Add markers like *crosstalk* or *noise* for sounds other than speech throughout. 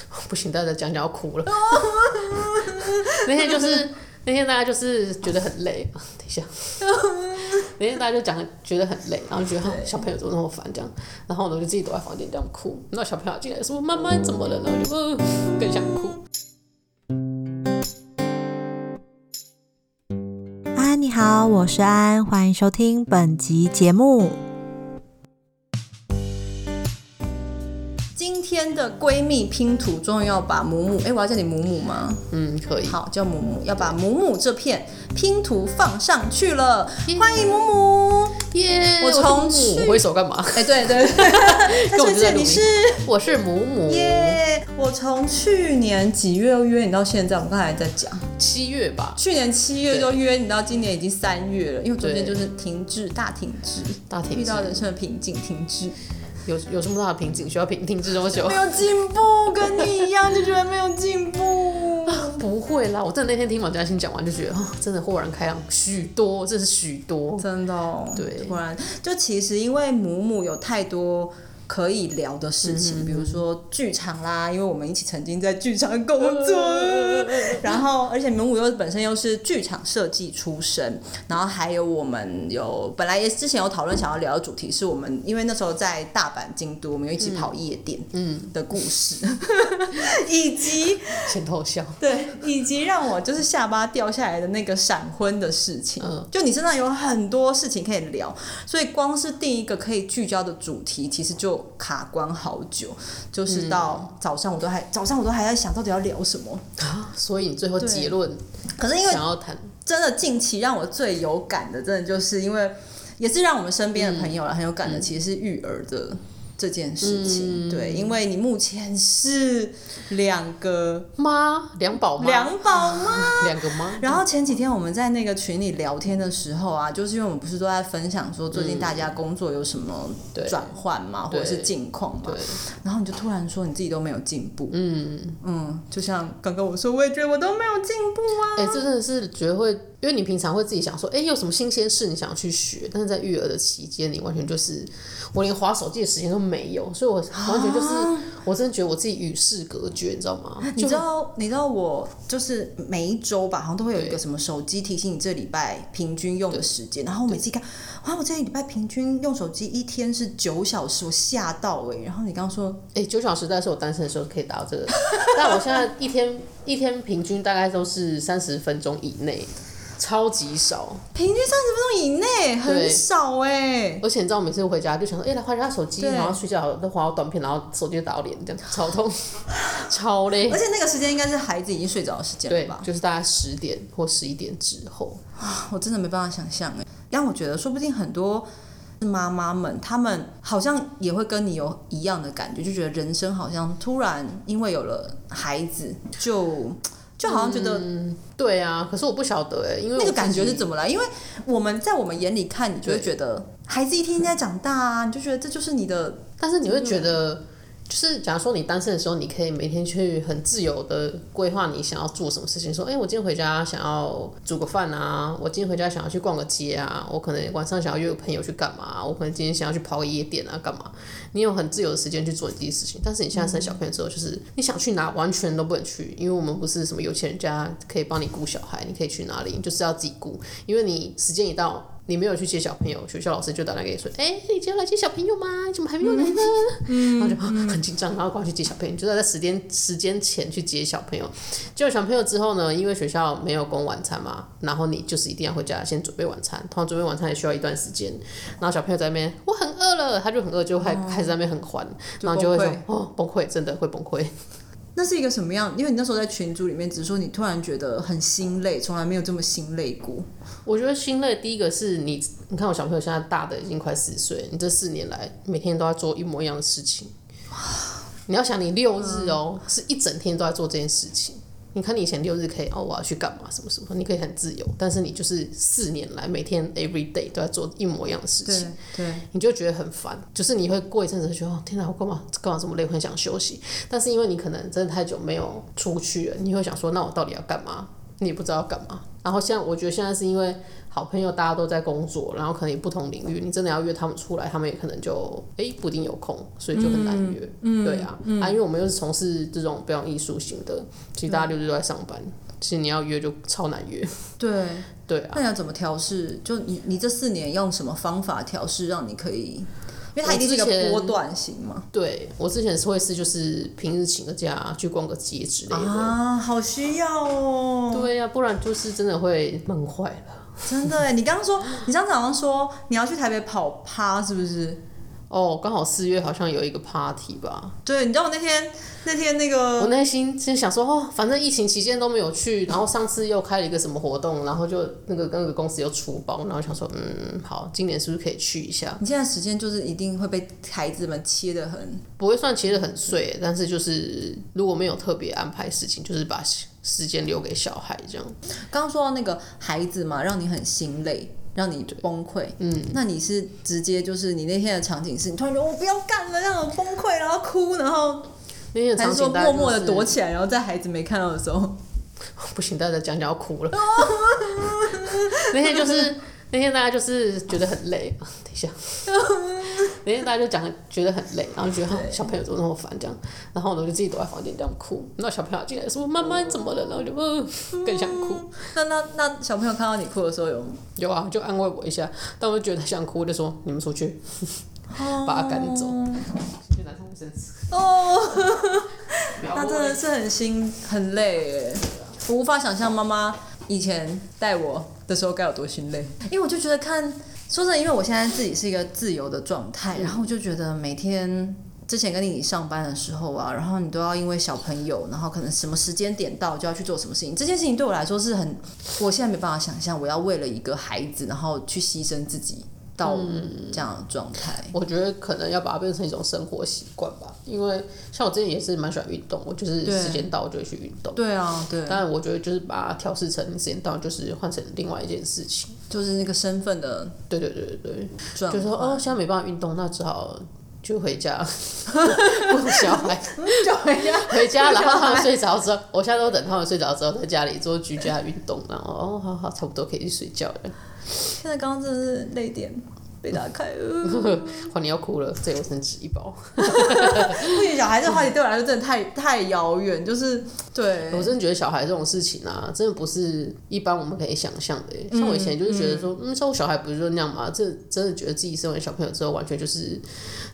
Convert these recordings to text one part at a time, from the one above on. *laughs* 不行，大家讲讲要哭哦了。 *laughs* 那天就是那天大家就是觉得很累， *laughs* 啊等一下，那天大家就讲觉得很累，然后觉得哼小朋友怎么那么烦这样，然后呢我就自己躲在房间这样哭，然后小朋友进来说妈妈你怎么了？然后我就、呃、更想哭。安，你好，我是安，欢迎收听本集节目。今天的闺蜜拼图终于要把母母，哎、我要叫你母母吗？嗯，可以。好，叫母母，要把母母这片拼图放上去了，欢迎母母。耶、我是从母去母挥手干嘛？ *laughs* 哎、对对对，跟我们谢在谢录你音是我是母母，耶。我从去年几月约你到现在，我们刚才还在讲，七月吧，去年七月就约你到今年已经三月了，因为中间就是停滞，大停滞，大停滞遇到人生的瓶颈，停滞，有有这么大的瓶颈，需要停停滞多久 *laughs* 没？有进步，跟你一样就觉得没有进步。不会啦，我真的那天听马嘉欣讲完就觉得，哦，真的豁然开朗许多，真是许多。真的、哦，对果然就其实因为母母有太多。可以聊的事嗯情，比如说剧场啦，因为我们一起曾经在剧场工作，嗯 *laughs* 然后而且母母又本身又是剧场设计出身，然后还有我们有本来也之前有讨论想要聊的主题是我们，因为那时候在大阪、京都，我们有一起跑夜店嗯，的 *laughs* 故事，以及先偷笑。对，以及让我就是下巴掉下来的那个闪婚的事情，嗯就你身上有很多事情可以聊，所以光是定一个可以聚焦的主题，其实就卡关好久，就是到早上我都还早上我都还在想到底要聊什么。啊所以你最后结论可是因为想要谈，真的近期让我最有感的，真的就是因为也是让我们身边的朋友啦、很有感的，其实是育儿的。这件事情，对，因为你目前是两个妈两宝妈两宝妈，两个妈，然后前几天我们在那个群里聊天的时候啊，就是因为我们不是都在分享说最近大家工作有什么对转换嘛，或者是对近况嘛对，，然后你就突然说你自己都没有进步，嗯，嗯，就像刚刚我说，我也觉得我都没有进步啊，哎、这真的是觉得会，因为你平常会自己想说，哎、有什么新鲜事你想要去学，但是在育儿的期间，你完全就是，我连划手机的时间都没有，所以我完全就是，我真的觉得我自己与世隔绝，你知道吗？你就知道，你知道我就是每一周吧，好像都会有一对个什么手机提醒你这礼拜平均用的时间，然后我每次一看，哇，我这礼拜平均用手机一天是九小时，我吓到哎、然后你刚刚说哎，九小时代是我单身的时候可以达到这个， *laughs* 但我现在一天一天平均大概都是三十分钟以内，超级少。平均三十分钟以内，对很少哎、而且你知道，我每次回家就想说，哎、来划一下手机，对然后睡觉都划到短片，然后手机就打到脸，这样 *laughs* 超 *laughs* 痛，超累而。且那个时间应该是孩子已经睡着的时间了对吧，？就是大概十点或十一点之后，我真的没办法想象哎，让我觉得说不定很多妈妈们，她们好像也会跟你有一样的感觉，就觉得人生好像突然因为有了孩子，就就好像觉得对啊。可是我不晓得哎、因为那个我感觉自是己怎么来？因为我们在我们眼里看，你就会对觉得孩子一天应该长大啊，你就觉得这就是你的但是你会觉得，就是假如说你单身的时候，你可以每天去很自由的规划你想要做什么事情。说，哎、我今天回家想要煮个饭啊，我今天回家想要去逛个街啊，我可能晚上想要约个朋友去干嘛，我可能今天想要去跑个夜店啊，干嘛？你有很自由的时间去做你自己的事情。但是你现在生小朋友之后，就是你想去哪完全都不能去，因为我们不是什么有钱人家可以帮你顾小孩，你可以去哪里，你就是要自己顾，因为你时间一到。你没有去接小朋友，学校老师就打电话给你说：“哎、你今天来接小朋友吗？你怎么还没有来呢？”然后就啊很紧张，然后赶快去接小朋友，就在在时间时间前去接小朋友。接了小朋友之后呢，因为学校没有供晚餐嘛，然后你就是一定要回家先准备晚餐，通常准备晚餐也需要一段时间。然后小朋友在那边我很饿了，他就很饿，就还开始在那边很烦，然后就会说崩溃哦崩溃，真的会崩溃。那是一个什么样？因为你那时候在群组里面只说你突然觉得很心累，从来没有这么心累过。我觉得心累，第一个是你，你看我小朋友现在大的已经快四岁，你这四年来每天都在做一模一样的事情。你要想，你六日哦、是一整天都在做这件事情。你看你以前六日可以哦，我要去干嘛什么什么，你可以很自由，但是你就是四年来每天 every day 都在做一模一样的事情对。对，你就觉得很烦，就是你会过一阵子就觉得，哦，天哪，我干嘛干嘛这么累，我很想休息。但是因为你可能真的太久没有出去了，你会想说，那我到底要干嘛？你也不知道要干嘛。然后像我觉得现在是因为好朋友大家都在工作，然后可能也不同领域，你真的要约他们出来，他们也可能就诶不一定有空，所以就很难约。对啊，啊，因为我们又是从事这种表演艺术型的，其实大家六日都在上班，其实你要约就超难约。对，对啊，那你要怎么调试？就你你这四年用什么方法调试，让你可以？因为它一定是一个我之前波段型嘛。对我之前是会是就是平日请个假去逛个街之类的。啊，好需要哦！对呀、不然就是真的会闷坏了。真的耶，你刚刚说，你上次好像说你要去台北跑趴，是不是？哦，刚好四月好像有一个 party 吧，对，你知道我那天那天那我个，内心先想说，哦，反正疫情期间都没有去，然后上次又开了一个什么活动，然后就那个那个公司又出包，然后想说，嗯，好，今年是不是可以去一下？你现在时间就是一定会被孩子们切得很，不会算切的很碎，但是就是如果没有特别安排事情，就是把时时间留给小孩这样。刚刚说到那个孩子嘛，让你很心累。让你崩溃，嗯，那你是直接就是你那天的场景是，你突然觉得我不要干了，让我崩溃，然后哭，然后那天的还场是说景大概就默是默的躲起来，然后在孩子没看到的时候， *laughs* 不行，大家讲讲要哭了。 *laughs* 那天就是那天大家就是觉得很累， *laughs* 啊等一 *laughs* 下，那天大家就讲觉得很累，然后就觉得、啊、小朋友怎么那么烦这样，然后呢我就自己躲在房间这样哭，那小朋友进来说妈妈你怎么了，然后我就嗯、更想哭，那那那小朋友看到你哭的时候有有啊就安慰我一下，但我就觉得想哭，我就说你们出去， *laughs* 把他赶走，就拿他卫生纸，哦，不要那问真的是很心很累耶，我无法想象妈妈以前带我的时候该有多心累，因为我就觉得看，说真的，因为我现在自己是一个自由的状态，嗯然后我就觉得每天。之前跟你上班的时候啊，然后你都要因为小朋友，然后可能什么时间点到就要去做什么事情。这件事情对我来说是很，我现在没办法想象，我要为了一个孩子，然后去牺牲自己到嗯这样的状态。我觉得可能要把它变成一种生活习惯吧，因为像我之前也是蛮喜欢运动，我就是对时间到我就会去运动。对啊，对，当然，我觉得就是把它调试成时间到，就是换成另外一件事情。就是那个身份的对对对对对，转就说换哦，现在没办法运动，那只好就回 *laughs* 家，顾小孩， *laughs* 就回家，回家，然后他们睡着之后，我现在都等他们睡着之后，在家里做居家运动，然后哦，好好，差不多可以去睡觉了。现在刚刚真的是泪点被打开了，换你要哭了，这有生纸一包。不行，小孩这个话题对我来说真的太太遥远，就是对我真的觉得小孩这种事情啊，真的不是一般我们可以想象的耶。欸像我以前就是觉得说，嗯，像我小孩不是就那样嘛，这真的觉得自己生为小朋友之后，完全就是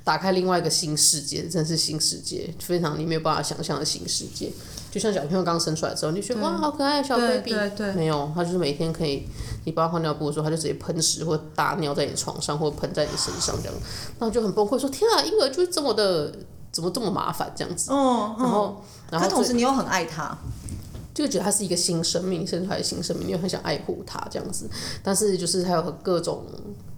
打开另外一个新世界，真的是新世界，非常你没有办法想象的新世界。就像小朋友刚生出来之后，你就觉得哇，好可爱，小对 baby。对对没有，他就是每天可以，你帮他换尿布的时候，他就直接喷屎或大尿在你床上，或喷在你身上这样，那我就很崩溃，说天啊，婴儿就是这么的，怎么这么麻烦这样子？嗯然嗯，后，然后最可同时你又很爱他，就觉得他是一个新生命，生出来的新生命，你又很想爱护他这样子，但是就是还有各种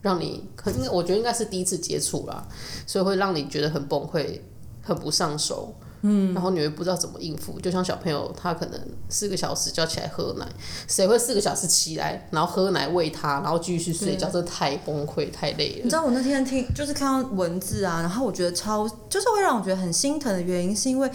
让你很，我觉得应该是第一次接触啦，所以会让你觉得很崩溃，很不上手，嗯，然后你会不知道怎么应付。就像小朋友，他可能四个小时就要起来喝奶，谁会四个小时起来，然后喝奶喂他，然后继续去睡觉？这太崩溃，太累你了。知道我那天听就是看到文字啊，然后我觉得超就是会让我觉得很心疼的原因，是因为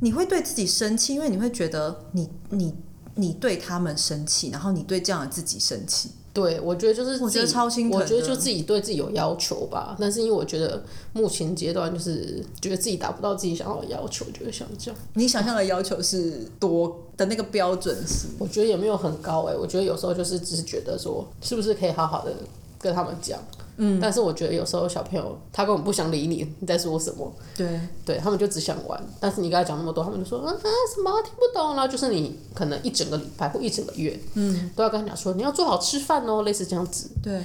你会对自己生气，因为你会觉得你你你对他们生气，然后你对这样的自己生气，对，我觉得就是我觉自己得超心疼我觉得的就自己对自己有要求吧，但是因为我觉得目前阶段就是觉得自己达不到自己想要的要求，就会想这样。你想象的要求是多的那个标准是我觉得也没有很高哎、我觉得有时候就是只是觉得说，是不是可以好好的跟他们讲。嗯，但是我觉得有时候小朋友他根本不想理你，你在说什么，对。对他们就只想玩。但是你跟他讲那么多，他们就说啊啊什么听不懂，然后就是你可能一整个礼拜或一整个月，嗯，都要跟他讲说你要做好吃饭哦，类似这样子。对，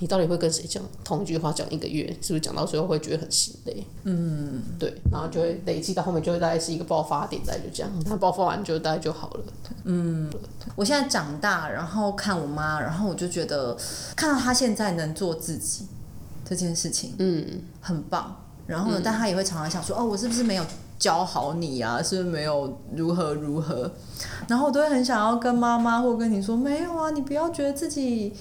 你到底会跟谁讲同一句话讲一个月？是不是讲到最后会觉得很心累？嗯，对，然后就会累积到后面就会大概是一个爆发点，大概就这样。那爆发完就大概就好了。我现在长大，然后看我妈，然后我就觉得看到她现在能做自己这件事情，嗯，很棒。然后呢，但她也会常常想说，哦，我是不是没有教好你啊？是不是没有如何如何？然后我都会很想要跟妈妈或跟你说，没有啊，你不要觉得自己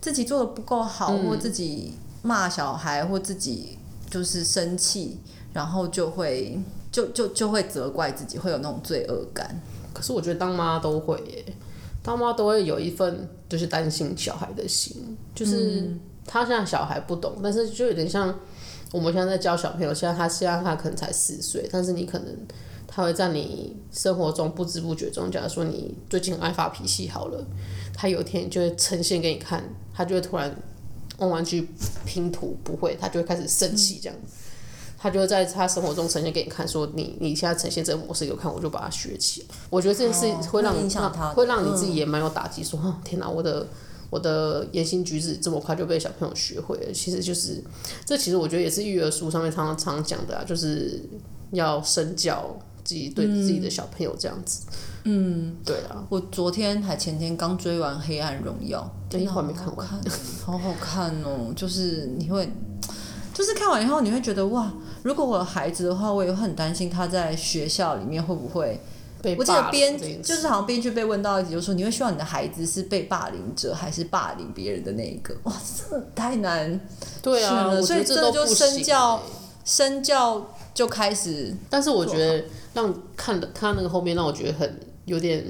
自己做的不够好，或自己骂小孩，或自己就是生气，然后就会就就就会责怪自己，会有那种罪恶感。可是我觉得当妈都会耶，爸妈都会有一份就是担心小孩的心，就是他现在小孩不懂，但是就有点像我们现在在教小朋友，现在他现在他可能才四岁，但是你可能他会在你生活中不知不觉中，假如说你最近很爱发脾气好了，他有一天就会呈现给你看，他就会突然用玩具拼图不会，他就会开始生气这样。他就会在他生活中呈现给你看，说你你现在呈现这个模式给我看，我就把它学起来。我觉得这件事哦会让会你影响让他的嗯会让你自己也蛮有打击，说哦天哪，我的我的言行举止这么快就被小朋友学会了。其实就是这，其实我觉得也是育儿书上面常常常讲的啊，就是要身教自己对自己的小朋友这样子。嗯，对啊，我昨天还前天刚追完《黑暗荣耀》，对天哪我还没好好看看，好好看哦！就是你会，就是看完以后你会觉得哇，如果我有孩子的话，我也会很担心他在学校里面会不会。被我记霸凌得编这件事就是好像编剧被问到一题，就说你会希望你的孩子是被霸凌者还是霸凌别人的那一个？哇，这太难！对是啊，了我觉所以得这这都个就不身行教欸身教就开始但是我觉得让看的看那个后面让我觉得很有点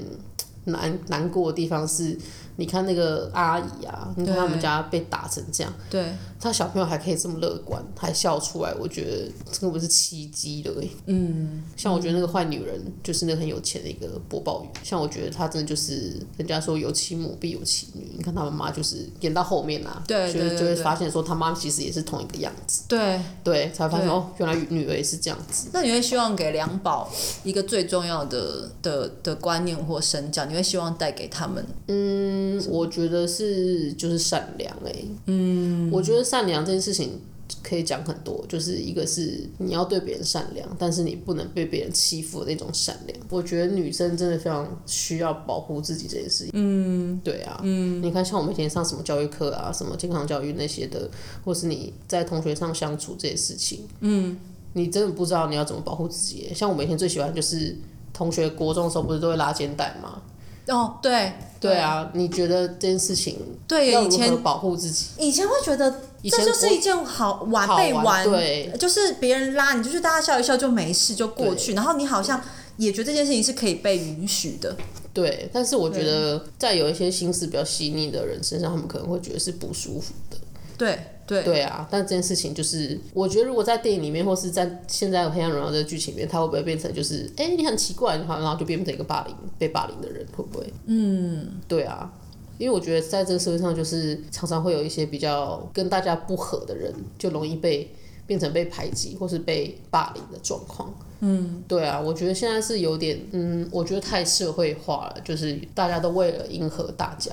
难难过的地方是，你看那个阿姨啊，你看他们家被打成这样，对，他小朋友还可以这么乐观，还笑出来，我觉得这个不是奇迹了、欸。嗯，像我觉得那个坏女人就是那个很有钱的一个播报员，像我觉得她真的就是人家说有其母必有其女，你看她妈妈就是演到后面啊，对就是对就会对对发现说她妈其实也是同一个样子，对，对，才发现对哦，原来女儿也是这样子。那你会希望给两宝一个最重要的的的观念或身教？你会希望带给他们？嗯，我觉得是就是善良哎、嗯，我觉得善良这件事情可以讲很多，就是一个是你要对别人善良，但是你不能被别人欺负的那种善良。我觉得女生真的非常需要保护自己这件事情。嗯，对啊，嗯，你看像我们以前上什么教育课啊，什么健康教育那些的，或是你在同学上相处这些事情，嗯，你真的不知道你要怎么保护自己欸、像我每天最喜欢就是同学国中的时候不是都会拉肩带吗？哦，对对，啊，你觉得这件事情对，要以如何前保护自己？以前会觉得以前这就是我一件好玩好被玩玩，对，就是别人拉你，就是大家笑一笑就没事就过对去，然后你好像也觉得这件事情是可以被允许的。对，但是我觉得在有一些心思比较细腻的人身上，他们可能会觉得是不舒服的。对对对啊，但这件事情就是，我觉得如果在电影里面，或是在现在《黑暗荣耀》这个剧情里面，他会不会变成就是，哎、你很奇怪，然后然后就变成一个霸凌被霸凌的人，会不会？嗯，对啊。因为我觉得在这个社会上，就是常常会有一些比较跟大家不合的人，就容易被变成被排挤或是被霸凌的状况。嗯，对啊，我觉得现在是有点，嗯，我觉得太社会化了，就是大家都为了迎合大家，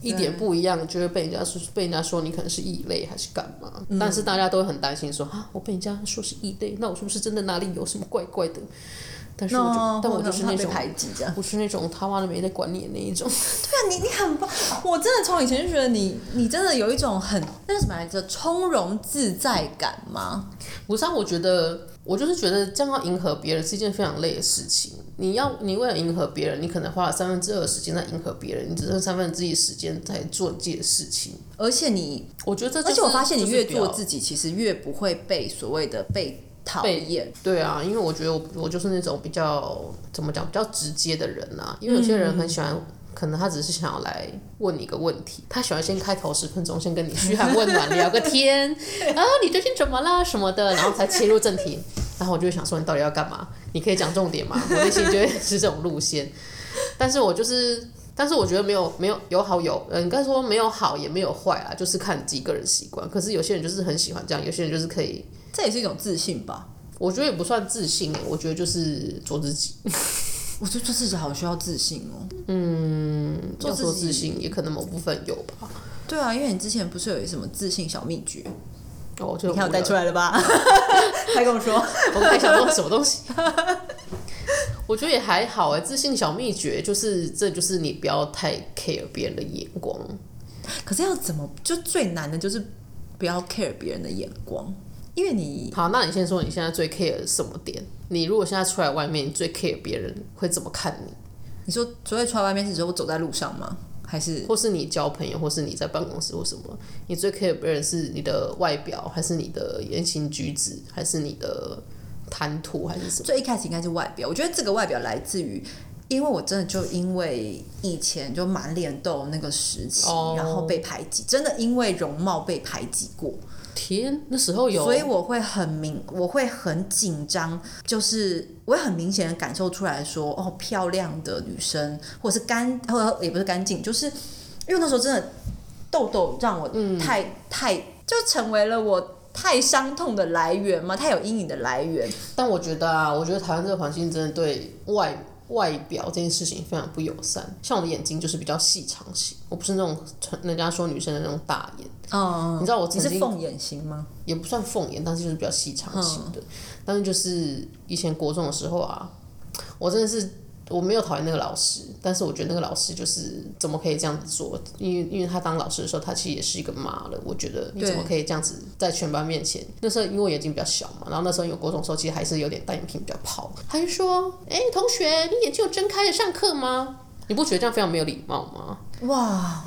一点不一样就会被人家说被人家说你可能是异类还是干嘛，嗯但是大家都会很担心说啊，我被人家说是异类，那我是不是真的哪里有什么怪怪的？但是我就，那但我会就是让他那被种。排挤这样。我是那种他妈的没在管你的那一种，对啊，你你很棒，我真的从以前就觉得你你真的有一种很那个什么来着，从容自在感吗？不是啊，我觉得我就是觉得这样要迎合别人是一件非常累的事情。你要你为了迎合别人，你可能花了三分之二的时间在迎合别人，你只剩三分之一的时间在做你自己的事情。而且你我觉得这、就而是，且我发现你越做己，自己，其实越不会被所谓的被讨厌。对啊，因为我觉得我我就是那种比较怎么讲比较直接的人啊，因为有些人很喜欢。可能他只是想要来问你一个问题，他喜欢先开头十分钟先跟你嘘寒问暖聊个天，啊，你最近怎么啦什么的，然后才切入正题。然后我就会想说，你到底要干嘛？你可以讲重点吗？我内心就会是这种路线。但是我就是，但是我觉得没有没有有好有，嗯，应该说没有好也没有坏啊，就是看你自己个人习惯。可是有些人就是很喜欢这样，有些人就是可以，这也是一种自信吧。我觉得也不算自信、欸，我觉得就是做自己。我觉得做自己好需要自信哦。嗯，做要说自己自。信，也可能某部分有吧。对啊，因为你之前不是有什么自信小秘诀？哦，就你看我无带聊出来了吧？还跟我说，我在想说什么东西。 *laughs* 我觉得也还好哎、自信小秘诀就是，这就是你不要太 care 别人的眼光。可是要怎么？就最难的就是不要 care 别人的眼光，因为你好，那你先说你现在最 care 什么点？你如果现在出来外面，你最 care 别人会怎么看你，你说所谓出来外面是指我走在路上吗？还是或是你交朋友，或是你在办公室或什么，你最 care 别人是你的外表，还是你的言行举止，还是你的谈吐，还是什么？最一开始应该是外表，我觉得这个外表来自于。因为我真的就因为以前就满脸痘那个时期哦然后被排挤，真的因为容貌被排挤过，天，那时候有，所以我会很明，我会很紧张，就是我会很明显的感受出来说，哦，漂亮的女生，或者是干，或者也不是干净，就是因为那时候真的痘痘让我嗯太、太就成为了我太伤痛的来源嘛，太有阴影的来源。但我觉得啊，我觉得台湾这个环境真的对外外表这件事情非常不友善。像我的眼睛就是比较细长型，我不是那种人家说女生的那种大眼，嗯，你知道我你曾是经凤眼型吗？也不算凤眼，但是就是比较细长型的。但是就是以前国中的时候啊，我真的是我没有讨厌那个老师，但是我觉得那个老师就是怎么可以这样子做？因为因为他当老师的时候，他其实也是一个妈了。我觉得你对怎么可以这样子在全班面前？那时候因为我眼睛比较小嘛，然后那时候有国中的时候，其实还是有点单眼皮比较泡。他就说：“哎、同学，你眼睛有睁开着上课吗？” *laughs* 你不觉得这样非常没有礼貌吗？哇，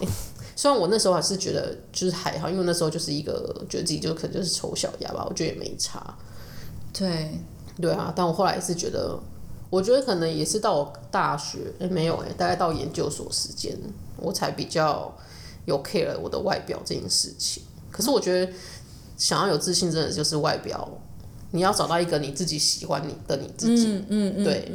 虽然我那时候还是觉得就是还好，因为那时候就是一个觉得自己就可能就是丑小鸭吧，我觉得也没差。对，对啊，但我后来是觉得，我觉得可能也是到我大学，诶没有诶，大概到研究所时间，我才比较有 care 我的外表这件事情。可是我觉得想要有自信，真的就是外表，你要找到一个你自己喜欢你的你自己。嗯嗯嗯，对，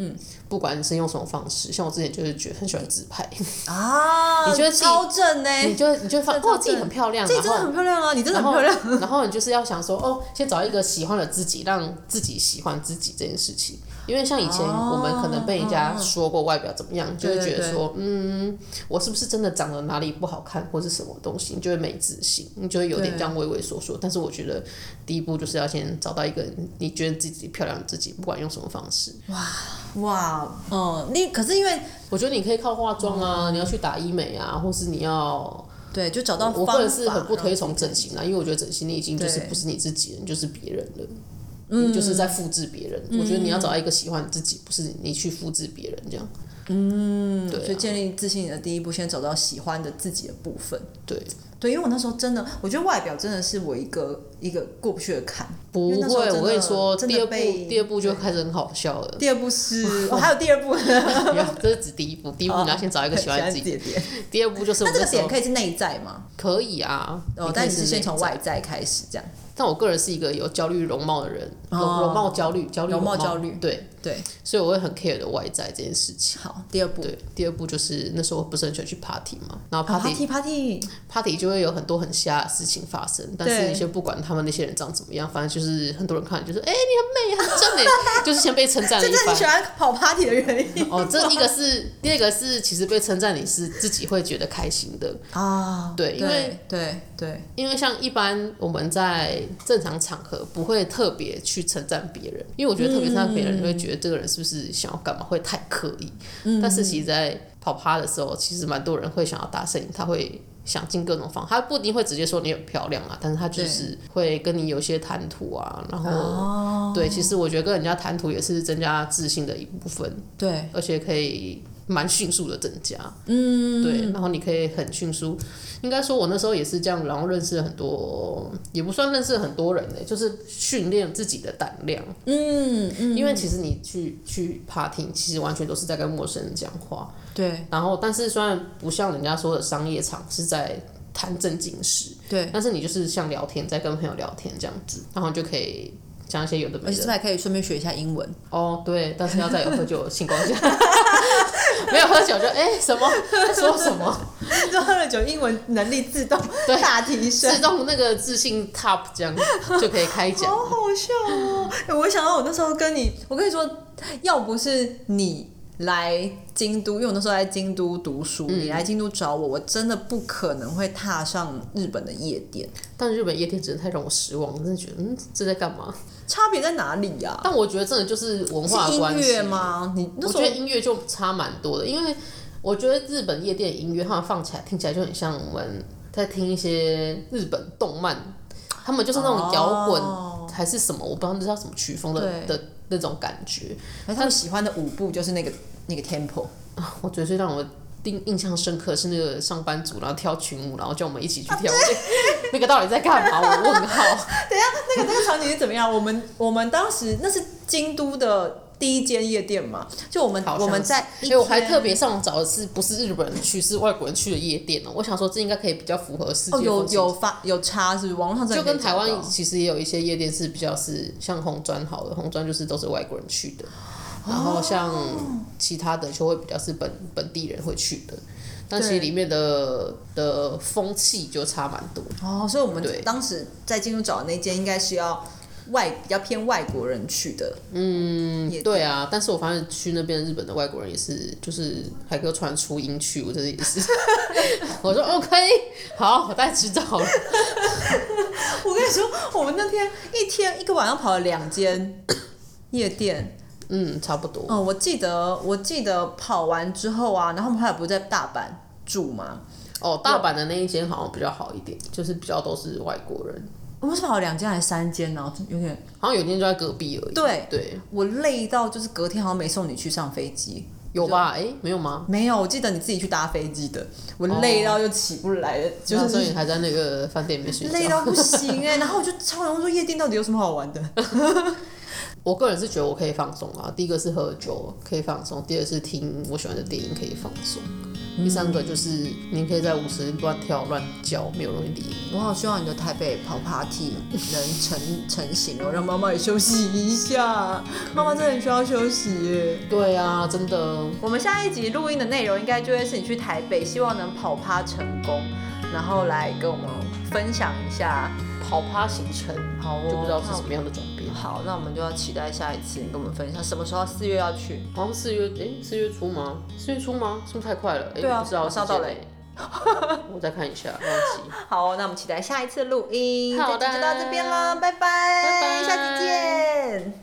不管你是用什么方式，像我之前就是觉得很喜欢自拍，啊，你觉得自己超正呢、你就 *laughs* 会你就会发现这个哦自己很漂亮，这然真的后很漂亮啊，你真的然很后漂亮。然后你就是要想说，哦，先找一个喜欢的自己，让自己喜欢自己这件事情。因为像以前哦嗯我们可能被人家说过外表怎么样，就会对觉得对说，嗯，我是不是真的长得哪里不好看，或是什么东西，你就会没自信，你就会有点对这样畏畏缩缩。但是我觉得第一步就是要先找到一个你觉得自己漂亮的自己，不管用什么方式。哇，嗯，你可是因为我觉得你可以靠化妆哦啊，你要去打医美啊，或是你要对，就找到我方法。个人是很不推崇然后整形啦，因为我觉得整形你已经就是对不是你自己了，你就是别人了。你就是在复制别人，我觉得你要嗯找到一个喜欢你自己，不是你去复制别人这样。嗯，嗯所对以啊建立自信的第一步，先找到喜欢的自己的部分。对，对，因为我那时候真的，我觉得外表真的是我一个一个过不去的坎。因不为那时候会，真的我跟你说，真的第二步被第二步就开始很好笑了。第二 *laughs* 步是，哦，还有第二步，哦不要这是指第一步，第一步你要先找一个喜欢自己，的点。第二步就是我那这那个时点候可以是内在吗？可以啊，哦可，以但你是先内从在外在开始，这样。但我个人是一个有焦虑容貌的人，容哦容貌焦虑，焦虑容貌貌焦虑对，对，所以我会很 care 的外在这件事 *laughs* 情。好，第二步。对，第二步就是那时候我不是很喜欢去 party 嘛，然后好 party、啊 party party， party 就会有很多很瞎的事情发生，但是对你先不管他们那些人长怎么样，反正就是很多人看你就说，哎、你很美，很正哎，就是先被称赞了这一就是你喜番。欢跑 party 的原因哦，这一个是，第二个是，其实被称赞你是自己会觉得开心的，啊对因为对对因为像一般我们在正常场合不会特别去称赞别人，因为我觉得特别称赞别人，你会觉得这个人是不是想要干嘛，会太刻意。但是其实，在跑趴的时候，其实蛮多人会想要搭讪你，他会想尽各种方法，他不一定会直接说你很漂亮啊，但是他就是会跟你有一些谈吐啊，然后、对，其实我觉得跟人家谈吐也是增加自信的一部分。对，而且可以蛮迅速的增加。嗯，对，然后你可以很迅速，应该说我那时候也是这样，然后认识了很多，也不算认识了很多人呢、就是训练自己的胆量。嗯嗯，因为其实你去去 party，其实完全都是在跟陌生人讲话，对然后但是虽然不像人家说的商业场是在谈正经事，对，但是你就是像聊天，在跟朋友聊天这样子，然后就可以。讲一些有的没而且的是，还可以顺便学一下英文。 *laughs* 哦，对，但是要在有喝酒的情况下， *laughs* 没有喝酒就哎、什么在说什么，就喝了酒，英文能力自动大提升自。动那个自信 top 这样就可以开 *laughs* 讲。好好 *laughs* 笑哦！哎我想到我那时候跟你，我跟你说，要不是你来京都，因为我那时候在京都读书，嗯你来京都找我，我真的不可能会踏上日本的夜店。但日本夜店真的太让我失望，我真的觉得嗯这在干嘛？差别在哪里呀、但我觉得真的就是文化是的音关系乐。吗？你那我时觉候得音乐就差蛮多的，因为我觉得日本夜店的音乐他们放起来听起来就很像我们在听一些日本动漫，他们就是那种摇滚、哦还是什么，我不知道那叫什么曲风的对的那种感觉。哎他们喜欢的舞步就是那个那个 tempo。啊，我觉得最让我印印象深刻是那个上班族，然后跳群舞，然后叫我们一起去啊跳舞， *laughs* 那个到底在干嘛？我问号。那个那个场景是怎么样？我们我们当时那是京都的第一间夜店嘛，就我们好像哎 *laughs* 我们在一因为我还天特别上网找的是不是日本人去，是外国人去的夜店哦、我想说这应该可以比较符合世界哦有风情有发有差是不是？网络上真就的可以跟台找湾到其实也有一些夜店是比较是像红砖好了，红砖就是都是外国人去的，然后像其他的就会比较是本本地人会去的，但其实对里面的的风气就差蛮多。哦，所以我对们当时在进入找的那间应该是要外比较偏外国人去的，嗯，也对啊，但是我发现去那边日本的外国人也是，就是还给我穿初音去，我真的也是，我说 OK，好，我再知道了。我跟你说，我们那天一天一个晚上跑了两间夜店。嗯，差不多。嗯，我记得我记得跑完之后啊，然后我们后来不是在大阪住吗？哦，大阪的那一间好像比较好一点，就是比较都是外国人，我们是跑了两间还是三间呢、有点好像有一间就在隔壁而已。对对，我累到就是隔天好像没送你去上飞机。有吧？哎、没有吗？没有，我记得你自己去搭飞机的，我累到又起不来了，就就是哦啊是所以还在那个饭店里面睡累觉。到不行哎、然后我就超想说夜店到底有什么好玩的？我个人是觉得我可以放松啊。第一个是喝酒可以放松，第二个是听我喜欢的电影可以放松，第三个就是你可以在舞池乱跳乱叫，没有人会理你。我好希望你的台北跑 party 能成成型哦，让妈妈也休息一下，妈妈真的很需要休息耶。对啊，真的，我们下一集录音的内容应该就会是你去台北，希望能跑趴成功，然后来跟我们分享一下。跑趴行程好哦，就不知道是什么样的转变那。好，那我们就要期待下一次你跟我们分享什么时候四月要去。好像四月，诶，四月初吗？四月初吗？是不是太快了？诶，对啊不知道马上时间到了欸。我再看一下，忘记。好哦、那我们期待下一次录音。好的这集就到这边啦，拜拜，拜拜下期见。